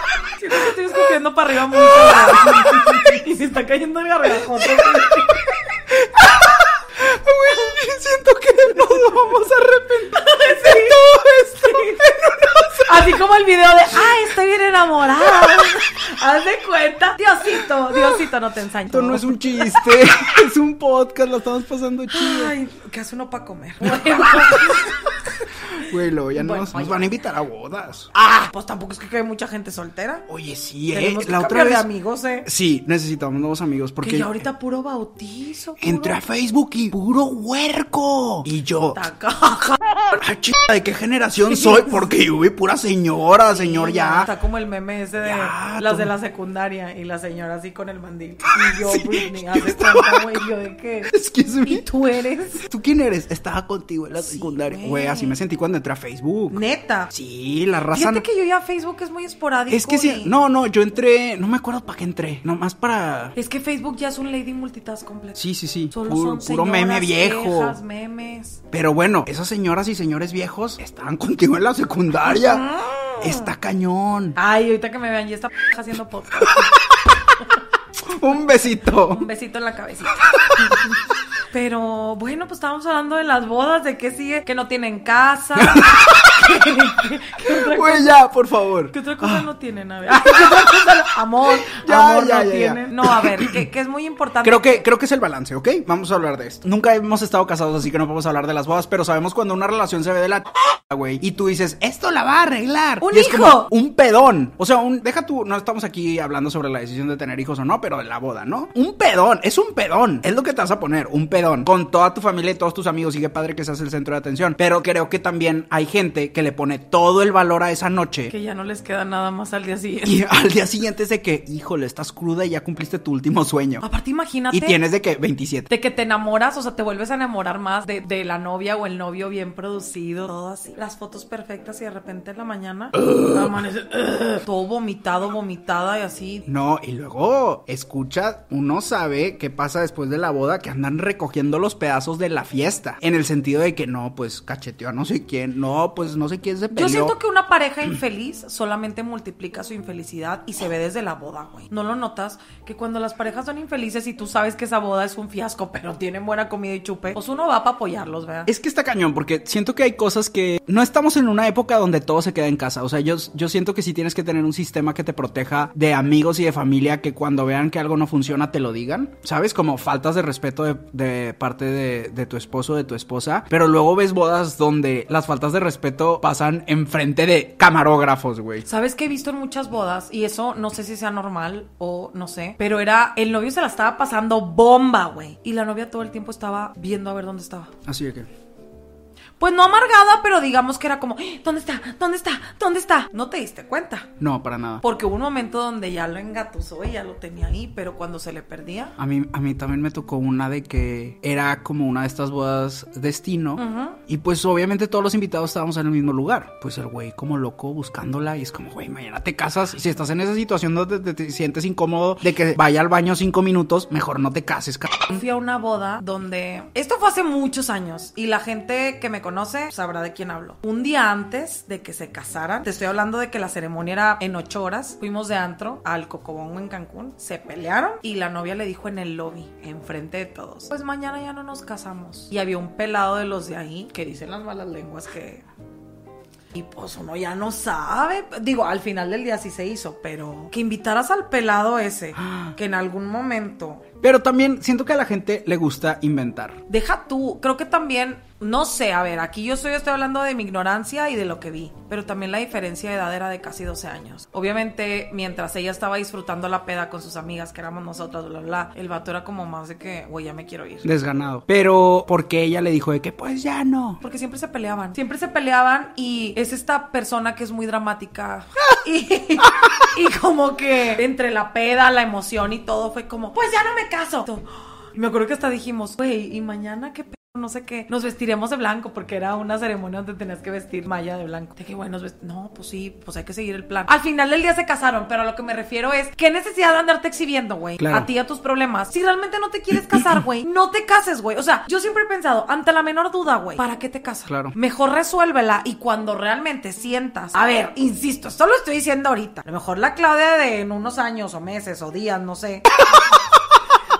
Speaker 2: [laughs] Siento que estoy escogiendo para arriba mucho. güey. [laughs] y se está cayendo el gargajote.
Speaker 1: Güey, siento que nos vamos a arrepentir de todo esto.
Speaker 2: Así como el video de, ay, estoy bien enamorada.
Speaker 1: [laughs]
Speaker 2: Haz de cuenta. Diosito, Diosito, no te ensaño.
Speaker 1: Esto no es
Speaker 2: [laughs]
Speaker 1: un chiste, [laughs] es un podcast, la estamos pasando chido.
Speaker 2: Ay, ¿qué hace uno para
Speaker 1: [laughs]
Speaker 2: comer?
Speaker 1: Güey, luego ya
Speaker 2: Bueno,
Speaker 1: nos, nos
Speaker 2: oye.
Speaker 1: van a invitar a bodas.
Speaker 2: ah, pues tampoco es que hay mucha gente soltera.
Speaker 1: Oye, sí, eh.
Speaker 2: Tenemos que
Speaker 1: La otra
Speaker 2: cambiar de
Speaker 1: vez.
Speaker 2: amigos, eh.
Speaker 1: Sí, necesitamos nuevos amigos
Speaker 2: Que
Speaker 1: porque.
Speaker 2: ya ahorita puro bautizo. Puro...
Speaker 1: Entré a Facebook y puro huerco. Y yo,
Speaker 2: Taca. [laughs]
Speaker 1: ah, chica, ¿de qué generación soy? Porque yo vi pura señora, señor, ya.
Speaker 2: Está como el meme ese de
Speaker 1: Ya,
Speaker 2: las
Speaker 1: tú-
Speaker 2: de la secundaria y la señora así con el mandil.
Speaker 1: [laughs]
Speaker 2: Y yo,
Speaker 1: Sí,
Speaker 2: Britney,
Speaker 1: yo
Speaker 2: hace
Speaker 1: estaba-
Speaker 2: cuánto, güey, yo de qué.
Speaker 1: [laughs] Excuse
Speaker 2: Y
Speaker 1: me.
Speaker 2: tú eres.
Speaker 1: ¿Tú quién eres? Estaba contigo en la secundaria.
Speaker 2: güey.
Speaker 1: Güey, así me sentí cuando entré a Facebook.
Speaker 2: Neta.
Speaker 1: Sí, la raza.
Speaker 2: Fíjate
Speaker 1: no-
Speaker 2: que yo ya Facebook es muy esporádico.
Speaker 1: Es que sí.
Speaker 2: y-
Speaker 1: No, no, yo entré. No me acuerdo para qué entré. Nomás para.
Speaker 2: Es que Facebook ya es un lady multitask completo.
Speaker 1: Sí, sí, sí.
Speaker 2: Solo son
Speaker 1: Puro, puro meme
Speaker 2: señoras,
Speaker 1: viejo.
Speaker 2: viejas, memes.
Speaker 1: Pero bueno, esas señoras y señores viejos estaban contigo en la secundaria. Está cañón.
Speaker 2: Ay, ahorita que me vean, ya está [laughs] p- haciendo podcast.
Speaker 1: Un besito.
Speaker 2: Un besito en la cabecita. Pero bueno, pues estábamos hablando de las bodas, de qué sigue, que no tienen
Speaker 1: [laughs]
Speaker 2: casa. que- que- que otra cosa-
Speaker 1: Güey, ya, por favor.
Speaker 2: ¿Qué otra cosa no tienen? A ver. Ay, ¿qué otra cosa no- Amor,
Speaker 1: [laughs] Ya,
Speaker 2: amor
Speaker 1: ya,
Speaker 2: no
Speaker 1: ya, ya.
Speaker 2: tienen. No, a ver, que, que es muy importante.
Speaker 1: Creo que, creo que es el balance, ¿ok? Vamos a hablar de esto. Nunca hemos estado casados, así que no podemos hablar de las bodas, pero sabemos cuando una relación se ve de la t- güey. Y tú dices, esto la va a arreglar.
Speaker 2: ¡Un
Speaker 1: Y es
Speaker 2: hijo!
Speaker 1: como un pedón. O sea, un. Deja tú, no estamos aquí hablando sobre la decisión de tener hijos o no, pero de la boda, ¿no? Un pedón, es un pedón. Es lo que te vas a poner, un pedón. Con toda tu familia y todos tus amigos. Y qué padre que seas el centro de atención. Pero creo que también hay gente que le pone todo el valor a esa noche.
Speaker 2: Que ya no les queda nada más al día siguiente.
Speaker 1: Y al día siguiente es de que, híjole, estás cruda y ya cumpliste tu último sueño.
Speaker 2: [laughs] Aparte, imagínate.
Speaker 1: Y tienes de que 27.
Speaker 2: De que te enamoras, o sea, te vuelves a enamorar más de, de la novia o el novio bien producido, todo así. Las fotos perfectas y de repente en la mañana amanece ugh, todo vomitado, vomitada y así.
Speaker 1: No, y luego escucha, uno sabe qué pasa después de la boda, que andan recogiendo los pedazos de la fiesta. En el sentido de que no, pues cacheteó a no sé quién, no, pues no sé quién se peleó.
Speaker 2: Yo siento que una pareja infeliz solamente multiplica su infelicidad y se ve desde la boda, güey. ¿No lo notas? Que cuando las parejas son infelices y tú sabes que esa boda es un fiasco, [laughs] pero tienen buena comida y chupe, pues uno va para apoyarlos, ¿verdad?
Speaker 1: Es que está cañón, porque siento que hay cosas que no estamos en una época donde todo se queda en casa. O sea, yo, yo siento que sí tienes que tener un sistema que te proteja de amigos y de familia que cuando vean que algo no funciona te lo digan. ¿Sabes? Como faltas de respeto de, de parte de, de tu esposo, de tu esposa. Pero luego ves bodas donde las faltas de respeto pasan enfrente de camarógrafos, güey.
Speaker 2: ¿Sabes qué he visto en muchas bodas? Y eso no sé si sea normal o no sé. Pero era, el novio se la estaba pasando bomba, güey. Y la novia todo el tiempo estaba viendo a ver dónde estaba.
Speaker 1: Así de que.
Speaker 2: Pues no amargada, pero digamos que era como, "Eh, ¿dónde está? ¿Dónde está? ¿Dónde está? No te diste cuenta.
Speaker 1: No, para nada.
Speaker 2: Porque hubo un momento donde ya lo engatusó y ya lo tenía ahí, pero cuando se le perdía.
Speaker 1: A mí, a mí también me tocó una de que era como una de estas bodas destino. Y pues obviamente todos los invitados estábamos en el mismo lugar. Pues el güey como loco buscándola y es como, güey, mañana te casas. Si estás en esa situación donde te, te sientes incómodo de que vaya al baño cinco minutos, mejor no te cases, ca-
Speaker 2: [laughs] Fui a una boda donde. Esto fue hace muchos años y la gente que me conoce sabrá de quién hablo. Un día antes de que se casaran, te estoy hablando de que la ceremonia era en ocho horas. Fuimos de antro al Cocobongo en Cancún, se pelearon y la novia le dijo en el lobby, enfrente de todos: Pues mañana ya no nos casamos. Y había un pelado de los de ahí que dicen las malas lenguas que. Y pues uno ya no sabe. Digo, al final del día sí se hizo, pero que invitaras al pelado ese, que en algún momento
Speaker 1: Pero también siento que a la gente le gusta inventar.
Speaker 2: Deja tú, creo que también, no sé, a ver, aquí yo soy, estoy hablando de mi ignorancia y de lo que vi, pero también la diferencia de edad era de casi 12 años. Obviamente, mientras ella estaba disfrutando la peda con sus amigas, que éramos nosotras, bla, bla, bla, el vato era como más de que, güey, ya me quiero ir.
Speaker 1: Desganado. Pero porque ella le dijo de que pues ya no.
Speaker 2: Porque siempre se peleaban, siempre se peleaban y es esta persona que es muy dramática [laughs] y, y como que entre la peda, la emoción y todo fue como, pues ya no me caso. Tú, Y me acuerdo que hasta dijimos, güey, ¿y mañana qué pedo? No sé qué, nos vestiremos de blanco porque era una ceremonia donde tenías que vestir malla de blanco. De que, bueno, nos vest- no, pues sí, pues hay que seguir el plan. Al final del día se casaron, pero a lo que me refiero es, ¿qué necesidad de andarte exhibiendo, güey?
Speaker 1: Claro.
Speaker 2: A ti, a tus problemas. Si realmente no te quieres casar,
Speaker 1: [clears throat]
Speaker 2: güey, no te cases, güey. O sea, yo siempre he pensado, ante la menor duda, güey, ¿para qué te casas?
Speaker 1: Claro.
Speaker 2: Mejor resuélvela y cuando realmente sientas. A ver, insisto, esto lo estoy diciendo ahorita. A lo mejor la Claudia de en unos años o meses o días, no sé. [laughs]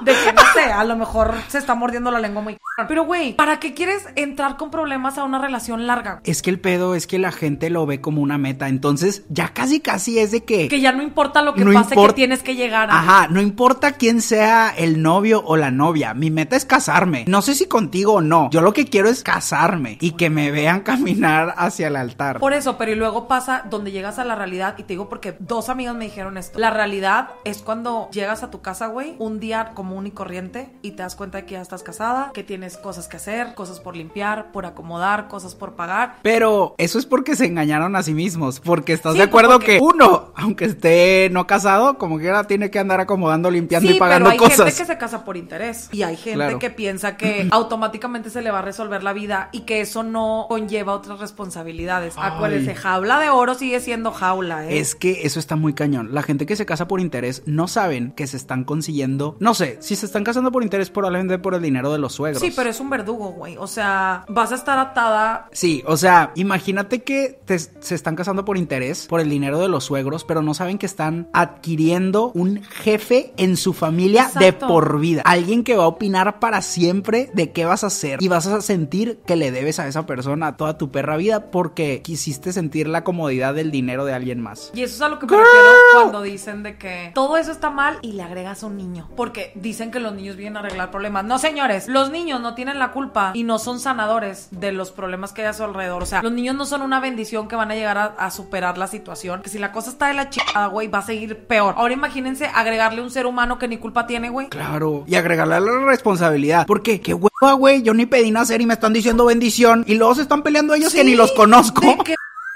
Speaker 2: De que no sé, a lo mejor se está mordiendo la lengua muy. cabrón. Pero, güey, ¿para qué quieres entrar con problemas a una relación larga?
Speaker 1: Es que el pedo es que la gente lo ve como una meta. Entonces ya casi casi es de que...
Speaker 2: Que ya no importa lo que
Speaker 1: No
Speaker 2: pase,
Speaker 1: importa.
Speaker 2: que tienes que llegar a.
Speaker 1: Ajá, no importa quién sea el novio o la novia, mi meta es casarme. No sé si contigo o no, yo lo que quiero es casarme y que me vean [laughs] caminar hacia el altar.
Speaker 2: Por eso, pero y luego pasa donde llegas a la realidad, y te digo porque dos amigas me dijeron esto. La realidad es cuando llegas a tu casa, güey, un día común y corriente, y te das cuenta de que ya estás casada, que tienes cosas que hacer, cosas por limpiar, por acomodar, cosas por pagar.
Speaker 1: Pero eso es porque se engañaron a sí mismos, porque estás
Speaker 2: Sí,
Speaker 1: de acuerdo
Speaker 2: porque-
Speaker 1: que uno, aunque esté no casado, como quiera tiene que andar acomodando, limpiando y pagando
Speaker 2: pero hay
Speaker 1: cosas.
Speaker 2: gente que se casa por interés y hay gente
Speaker 1: Claro.
Speaker 2: que piensa
Speaker 1: [clears throat]
Speaker 2: que automáticamente se le va a resolver la vida y que eso no conlleva otras responsabilidades.
Speaker 1: Ay.
Speaker 2: Acuérdense, jaula de oro sigue siendo jaula, ¿eh?
Speaker 1: Es que eso está muy cañón. La gente que se casa por interés no saben que se están consiguiendo. No sé, si se están casando por interés, probablemente por el dinero de los suegros.
Speaker 2: Sí, pero es un verdugo, güey. O sea, vas a estar atada
Speaker 1: Sí, o sea, imagínate que te- se están casando por interés, por el dinero de los suegros, pero no saben que están adquiriendo un jefe en su familia de
Speaker 2: Exacto.
Speaker 1: por vida. Alguien que va a opinar para siempre de qué vas a hacer y vas a sentir que le debes a esa persona toda tu perra vida porque quisiste sentir la comodidad del dinero de alguien más.
Speaker 2: Y eso es a lo que me refiero cuando dicen de que todo eso está mal y le agregas un niño. Porque dicen que los niños vienen a arreglar problemas. No, señores, los niños no tienen la culpa y no son sanadores de los problemas que hay a su alrededor. O sea, los niños no son una bendición que van a llegar a, a superar la situación. Que si la cosa está de la chingada, güey, va a seguir peor. Ahora imagínense agregarle un ser humano que ni culpa tiene, güey.
Speaker 1: Claro, y agregarle la responsabilidad, porque qué hueva, güey, yo ni pedí nacer y me están diciendo bendición y luego se están peleando ellos que ni los conozco.
Speaker 2: De que,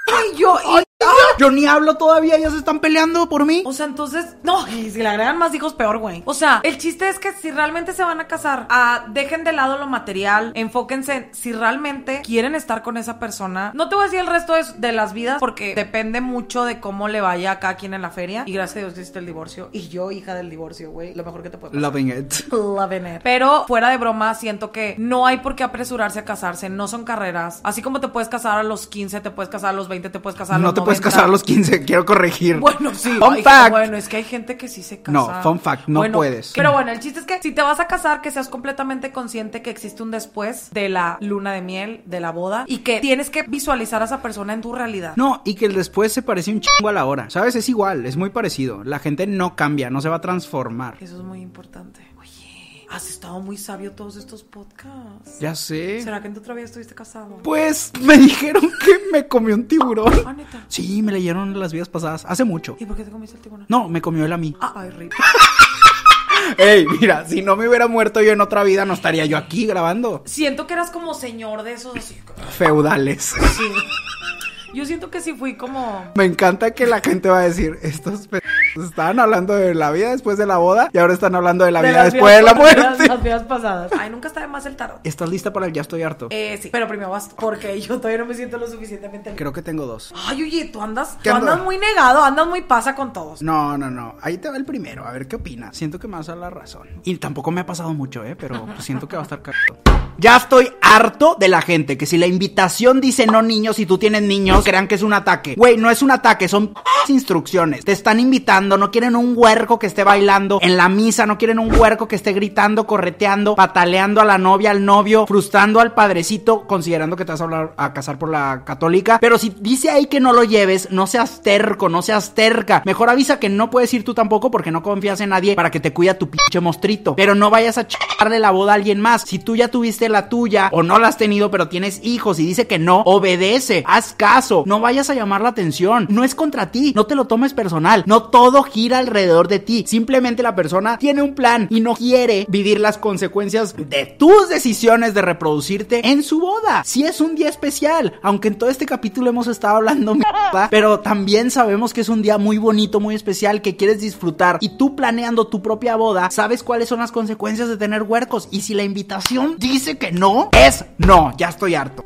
Speaker 2: güey, yo, y-
Speaker 1: Yo ni hablo todavía, ya se están peleando por mí.
Speaker 2: O sea, entonces, no, [laughs] y si le agregan más hijos, peor, güey. O sea, el chiste es que si realmente se van a casar, ah, dejen de lado lo material, enfóquense en si realmente quieren estar con esa persona. No te voy a decir el resto de, de las vidas porque depende mucho de cómo le vaya a cada quien en la feria. Y gracias a Dios existe el divorcio. Y yo, hija del divorcio, güey, lo mejor que te puede pasar.
Speaker 1: Loving it.
Speaker 2: Loving it. Pero fuera de broma, siento que no hay por qué apresurarse a casarse, no son carreras. Así como te puedes casar a los 15, te puedes casar a los 20, te puedes casar a los
Speaker 1: No te puedes
Speaker 2: 90.
Speaker 1: casar a los 15, quiero [laughs] corregir.
Speaker 2: Bueno, sí.
Speaker 1: Fun
Speaker 2: Ay,
Speaker 1: fact.
Speaker 2: Bueno, es que hay gente que sí se casa.
Speaker 1: No, fun fact, no
Speaker 2: Bueno,
Speaker 1: puedes.
Speaker 2: Pero bueno, el chiste es que si te vas a casar, que seas completamente consciente que existe un después de la luna de miel, de la boda, y que tienes que visualizar a esa persona en tu realidad.
Speaker 1: No, y que el después se parece un chingo a la hora. ¿Sabes? Es igual, es muy parecido. La gente no cambia, no se va a transformar.
Speaker 2: Eso es muy importante. Oye, has estado muy sabio todos estos podcasts.
Speaker 1: Ya sé.
Speaker 2: ¿Será que en tu otra vida estuviste casado?
Speaker 1: Pues me dijeron que me comió un tiburón.
Speaker 2: Ah, neta.
Speaker 1: Sí, me leyeron las vidas pasadas, hace mucho.
Speaker 2: ¿Y por qué te comiste el tiburón?
Speaker 1: No, me comió él a mí.
Speaker 2: Ah, ay, rico.
Speaker 1: Ey, mira, si no me hubiera muerto yo en otra vida, no estaría yo aquí grabando.
Speaker 2: Siento que eras como señor de esos.
Speaker 1: [laughs]
Speaker 2: así,
Speaker 1: Feudales.
Speaker 2: sí. Yo siento que sí fui como.
Speaker 1: Me encanta que la gente va a decir, estos p... estaban hablando de la vida después de la boda y ahora están hablando de la vida
Speaker 2: las
Speaker 1: después de la
Speaker 2: vidas pasadas,
Speaker 1: muerte.
Speaker 2: Las vidas pasadas. Ay, nunca está de más el tarot.
Speaker 1: ¿Estás lista para el ya estoy harto?
Speaker 2: Eh, sí, pero primero vas porque [laughs] yo todavía no me siento lo suficientemente.
Speaker 1: Creo que tengo dos.
Speaker 2: Ay, oye, tú andas,
Speaker 1: ¿Qué
Speaker 2: tú
Speaker 1: ando?
Speaker 2: andas muy negado, andas muy pasa con todos.
Speaker 1: No, no, no. Ahí te va el primero. A ver qué opinas. Siento que me vas a dar la razón. Y tampoco me ha pasado mucho, ¿eh? Pero pues, siento que va a estar caro. Ya estoy harto de la gente que si la invitación dice no niños y tú tienes niños, crean que es un ataque. Güey, no es un ataque, son instrucciones. Te están invitando, no quieren un huerco que esté bailando en la misa, no quieren un huerco que esté gritando, correteando, pataleando a la novia, al novio, frustrando al padrecito, considerando que te vas a, hablar- a casar por la católica. Pero si dice ahí que no lo lleves, no seas terco, no seas terca. Mejor avisa que no puedes ir tú tampoco porque no confías en nadie para que te cuida tu pinche mostrito. Pero no vayas a echarle la boda a alguien más. Si tú ya tuviste la tuya o no la has tenido, pero tienes hijos y dice que no, obedece, haz caso, no vayas a llamar la atención. No es contra ti, no te lo tomes personal. No todo gira alrededor de ti. Simplemente la persona tiene un plan y no quiere vivir las consecuencias de tus decisiones de reproducirte en su boda. Si es un día especial, aunque en todo este capítulo hemos estado hablando [laughs] mierda, pero también sabemos que es un día muy bonito, muy especial que quieres disfrutar y tú planeando tu propia boda, sabes cuáles son las consecuencias de tener huercos y si la invitación dice que no, es no, ya estoy harto.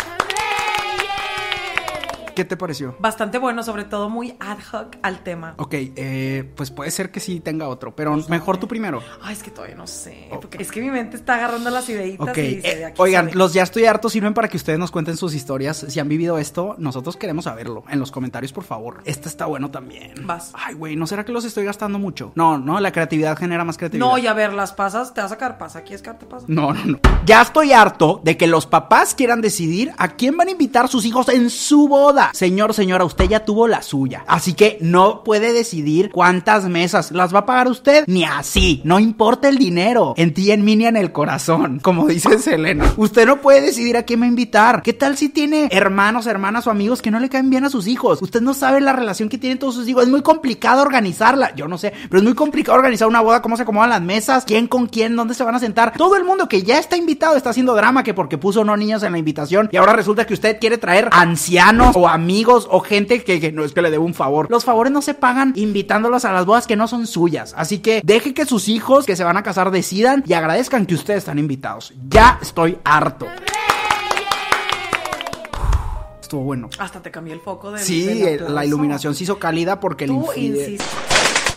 Speaker 1: ¿Qué te pareció?
Speaker 2: Bastante bueno, sobre todo muy ad hoc al tema.
Speaker 1: Ok, eh, pues puede ser que sí tenga otro, pero mejor tú primero.
Speaker 2: Ay, es que todavía no sé. Porque es que mi mente está agarrando las ideitas
Speaker 1: Ok,
Speaker 2: y dice,
Speaker 1: eh,
Speaker 2: de aquí
Speaker 1: oigan,
Speaker 2: sale.
Speaker 1: los ya estoy harto sirven para que ustedes nos cuenten sus historias. Si han vivido esto, nosotros queremos saberlo. En los comentarios, por favor. Este está bueno también.
Speaker 2: Vas.
Speaker 1: Ay, güey, ¿no será que los estoy gastando mucho? No, no, la creatividad genera más creatividad.
Speaker 2: No, y a ver, las pasas, te vas a sacar pasa. ¿Quieres que te pasa?
Speaker 1: No, no, no. Ya estoy harto de que los papás quieran decidir a quién van a invitar sus hijos en su boda. Señor, señora, usted ya tuvo la suya. Así que no puede decidir cuántas mesas las va a pagar usted. Ni así. No importa el dinero. En ti, en mí, ni en el corazón. Como dice Selena. Usted no puede decidir a quién va a invitar. ¿Qué tal si tiene hermanos, hermanas o amigos que no le caen bien a sus hijos? Usted no sabe la relación que tienen todos sus hijos. Es muy complicado organizarla. Yo no sé, pero es muy complicado organizar una boda, cómo se acomodan las mesas, quién con quién, dónde se van a sentar. Todo el mundo que ya está invitado está haciendo drama que porque puso no niños en la invitación y ahora resulta que usted quiere traer ancianos o amigos o gente que, que no es que le debo un favor. Los favores no se pagan invitándolos a las bodas que no son suyas. Así que deje que sus hijos que se van a casar decidan y agradezcan que ustedes están invitados. Ya estoy harto. Estuvo bueno.
Speaker 2: Hasta te cambié el foco de
Speaker 1: Sí, el- la iluminación se hizo cálida porque el
Speaker 2: Tú
Speaker 1: infide-
Speaker 2: insistes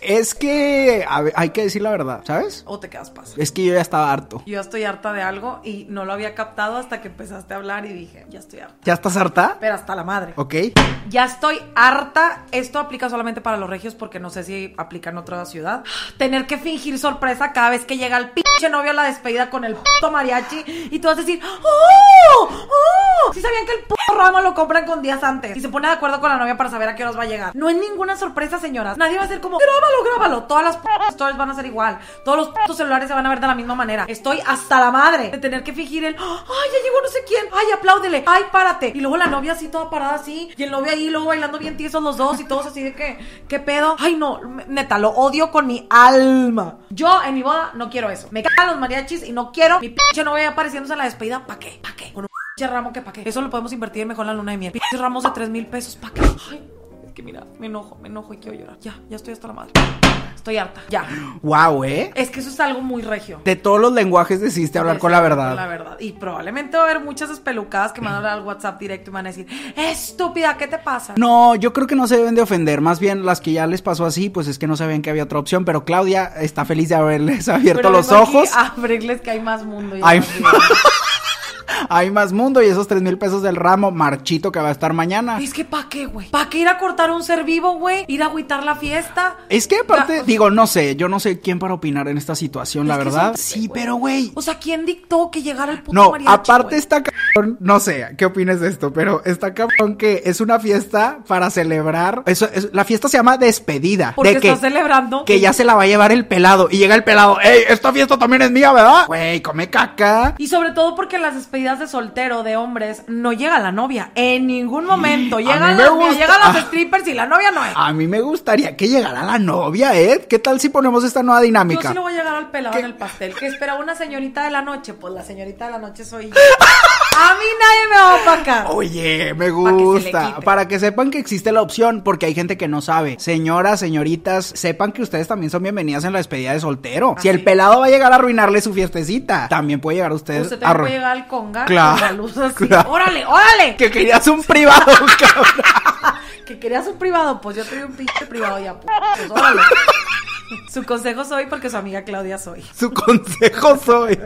Speaker 1: Es que a ver, hay que decir la verdad, ¿sabes?
Speaker 2: o te quedas pasa.
Speaker 1: Es que yo ya estaba harto.
Speaker 2: Yo estoy harta de algo y no lo había captado hasta que empezaste a hablar y dije, ya estoy harta.
Speaker 1: ¿Ya estás harta?
Speaker 2: Pero hasta la madre.
Speaker 1: Ok.
Speaker 2: Ya estoy harta. Esto aplica solamente para los regios porque no sé si aplica en otra ciudad. Tener que fingir sorpresa cada vez que llega el pinche novio a la despedida con el puto mariachi y tú vas a decir, ¡Oh! ¡Oh! Si sabían que el puto ramo lo compran con días antes y se pone de acuerdo con la novia para saber a qué horas va a llegar. No es ninguna sorpresa, señoras. Nadie va a ser como, grábalo, grábalo. Todas las putas stories van a ser igual. Todos los putos celulares se van a ver de la misma manera. Estoy hasta la madre de tener que fingir el, ¡Ay, ya llegó no sé quién! ¡Ay, apláudele! ¡Ay, párate! Y luego la novia así toda parada así y el novio ahí luego bailando bien tiesos los dos y todos así de que, ¿qué pedo? ¡Ay, no! me- Neta, lo odio con mi alma. Yo en mi boda no quiero eso. Me cagan los mariachis y no quiero mi pinche novia apareciéndose en la despedida. ¿Para qué? ¿Para qué? Con un pinche ramo que pa' qué. Eso lo podemos invertir mejor en la luna de miel. Pinches ramos de 3 mil pesos, ¿pa' qué? Ay, es que mira, me enojo, me enojo y quiero llorar. Ya, ya estoy hasta la madre. Estoy harta, ya.
Speaker 1: Wow, ¿eh?
Speaker 2: Es que eso es algo muy regio.
Speaker 1: De todos los lenguajes decidiste hablar con la verdad.
Speaker 2: La verdad. Y probablemente va a haber muchas espelucadas que me van a hablar al WhatsApp directo y me van a decir, estúpida, ¿qué te pasa?
Speaker 1: No, yo creo que no se deben de ofender. Más bien, las que ya les pasó así, pues es que no sabían que había otra opción. Pero Claudia está feliz de haberles [laughs] abierto
Speaker 2: Pero Ah.
Speaker 1: los
Speaker 2: vengo aquí
Speaker 1: ojos.
Speaker 2: a abrirles que hay más mundo. y
Speaker 1: Hay-
Speaker 2: más vida.
Speaker 1: [laughs] Hay más mundo y esos tres mil pesos del ramo marchito que va a estar mañana.
Speaker 2: es que ¿pa' qué, güey? ¿Pa' qué ir a cortar un ser vivo, güey? ¿Ir a agüitar la fiesta?
Speaker 1: Es que aparte,
Speaker 2: Ya, o sea,
Speaker 1: digo, no sé, yo no sé quién para opinar en esta situación, la
Speaker 2: Es que es
Speaker 1: verdad.
Speaker 2: un-
Speaker 1: Sí, pero güey.
Speaker 2: O sea, ¿quién dictó que llegara el puto
Speaker 1: No,
Speaker 2: mariachi,
Speaker 1: aparte
Speaker 2: güey?
Speaker 1: está cabrón, no sé, ¿qué opinas de esto? Pero está cabrón que es una fiesta para celebrar. Eso, es- la fiesta se llama despedida.
Speaker 2: Porque
Speaker 1: de que,
Speaker 2: estás celebrando.
Speaker 1: Que ya se la va a llevar el pelado. Y llega el pelado, ¡ey! Esta fiesta también es mía, ¿verdad? Güey, come caca.
Speaker 2: Y sobre todo porque en las despedidas despedidas de soltero de hombres no llega la novia. En ningún momento. Llegan,
Speaker 1: me
Speaker 2: las-
Speaker 1: gusta. Ah.
Speaker 2: llegan los strippers y la novia no es.
Speaker 1: A mí me gustaría que llegara la novia, Ed. ¿Qué tal si ponemos esta nueva
Speaker 2: Yo
Speaker 1: dinámica?
Speaker 2: sí le voy a llegar al pelado
Speaker 1: ¿Qué?
Speaker 2: en el pastel. ¿Qué espera una señorita de la noche? Pues la señorita de la noche soy yo. A mí nadie me va a opacar.
Speaker 1: Oye, me
Speaker 2: que se le
Speaker 1: gusta.
Speaker 2: quite.
Speaker 1: Para que sepan que existe la opción, porque hay gente que no sabe. Señoras, señoritas, sepan que ustedes también son bienvenidas en la despedida de soltero. si el pelado va a llegar a arruinarle su fiestecita, también puede llegar usted,
Speaker 2: Usted
Speaker 1: a
Speaker 2: también puede llegar al conga
Speaker 1: Claro,
Speaker 2: con la luz así.
Speaker 1: claro.
Speaker 2: ¡Órale, órale!
Speaker 1: [laughs] Que querías un privado, [laughs] cabrón.
Speaker 2: Que querías un privado, pues yo tuve un pinche privado ya, pu- pues
Speaker 1: [laughs]
Speaker 2: órale. Su consejo soy porque su amiga Claudia soy.
Speaker 1: Su consejo soy.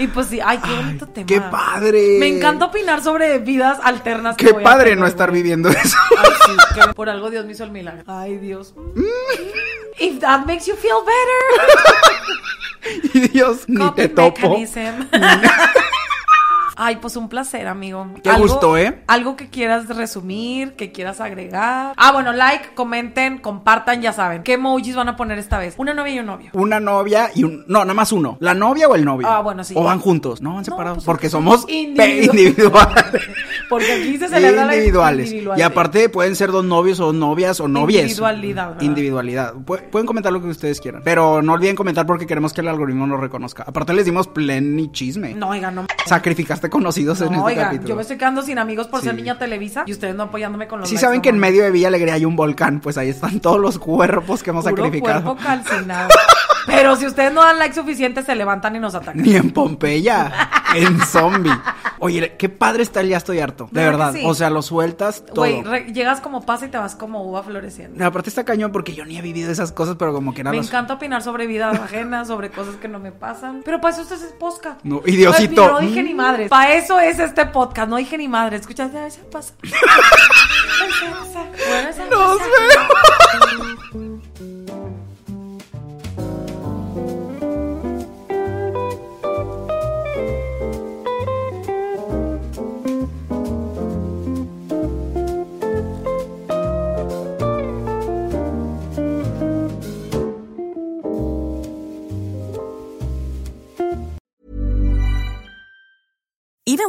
Speaker 2: Y pues sí, ay, qué bonito tema.
Speaker 1: qué padre.
Speaker 2: Me encanta opinar sobre vidas alternas. que
Speaker 1: Qué
Speaker 2: voy a
Speaker 1: padre
Speaker 2: tener,
Speaker 1: no estar
Speaker 2: güey.
Speaker 1: viviendo eso. [laughs]
Speaker 2: Ay, sí, que por algo Dios me hizo el milagro. Ay, Dios. If that makes you feel better.
Speaker 1: Y Dios, ni
Speaker 2: Coping
Speaker 1: te topo. [laughs]
Speaker 2: mechanism. Ay, pues un placer, amigo.
Speaker 1: Qué gusto, ¿eh?
Speaker 2: Algo que quieras resumir, que quieras agregar. Ah, bueno, like, comenten, compartan, ya saben. ¿Qué emojis van a poner esta vez? Una novia y un novio.
Speaker 1: Una novia y un. No, nada más uno. ¿La novia o el novio?
Speaker 2: Ah, bueno, sí.
Speaker 1: O van juntos. No, van separados.
Speaker 2: pues,
Speaker 1: porque somos pe-
Speaker 2: individual. [laughs]
Speaker 1: individuales.
Speaker 2: Porque aquí se celebra la
Speaker 1: individuales. Y
Speaker 2: individualidad.
Speaker 1: aparte pueden ser dos novios o novias o novias.
Speaker 2: Individualidad, ¿verdad?
Speaker 1: Individualidad. Pu- pueden comentar lo que ustedes quieran. Pero no olviden comentar porque queremos que el algoritmo nos reconozca. Aparte les dimos plenty chisme.
Speaker 2: No, oiga,
Speaker 1: [laughs]
Speaker 2: no.
Speaker 1: Sacrificaste conocidos en
Speaker 2: No,
Speaker 1: este
Speaker 2: oiga,
Speaker 1: capítulo.
Speaker 2: yo me estoy quedando sin amigos por ser
Speaker 1: Sí.
Speaker 2: niña Televisa y ustedes no apoyándome con los
Speaker 1: Si
Speaker 2: likes,
Speaker 1: saben
Speaker 2: no
Speaker 1: que en
Speaker 2: mames.
Speaker 1: medio de Villa Alegría hay un volcán, pues ahí están todos los cuerpos que hemos
Speaker 2: Puro
Speaker 1: sacrificado.
Speaker 2: cuerpo
Speaker 1: [laughs]
Speaker 2: calcinado. Pero si ustedes no dan like suficiente, se levantan y nos atacan.
Speaker 1: Ni en Pompeya, en zombie. Oye, qué padre está el ya estoy harto. De
Speaker 2: ¿Verdad que
Speaker 1: verdad.
Speaker 2: sí?
Speaker 1: O sea, lo sueltas todo.
Speaker 2: Güey, re- llegas como pasa y te vas como uva floreciendo.
Speaker 1: Aparte está cañón porque yo ni he vivido esas cosas, pero como que nada
Speaker 2: Me
Speaker 1: los-
Speaker 2: encanta opinar sobre vidas ajenas, sobre cosas que no me pasan. Pero para eso este es podcast.
Speaker 1: No, Mm. y Diosito.
Speaker 2: Ay, mira, no dije ni madre. Para eso es este podcast. No dije ni madre. Escuchas, ya se pasa. [laughs]
Speaker 1: Nos
Speaker 2: Nos
Speaker 1: vemos.
Speaker 6: Even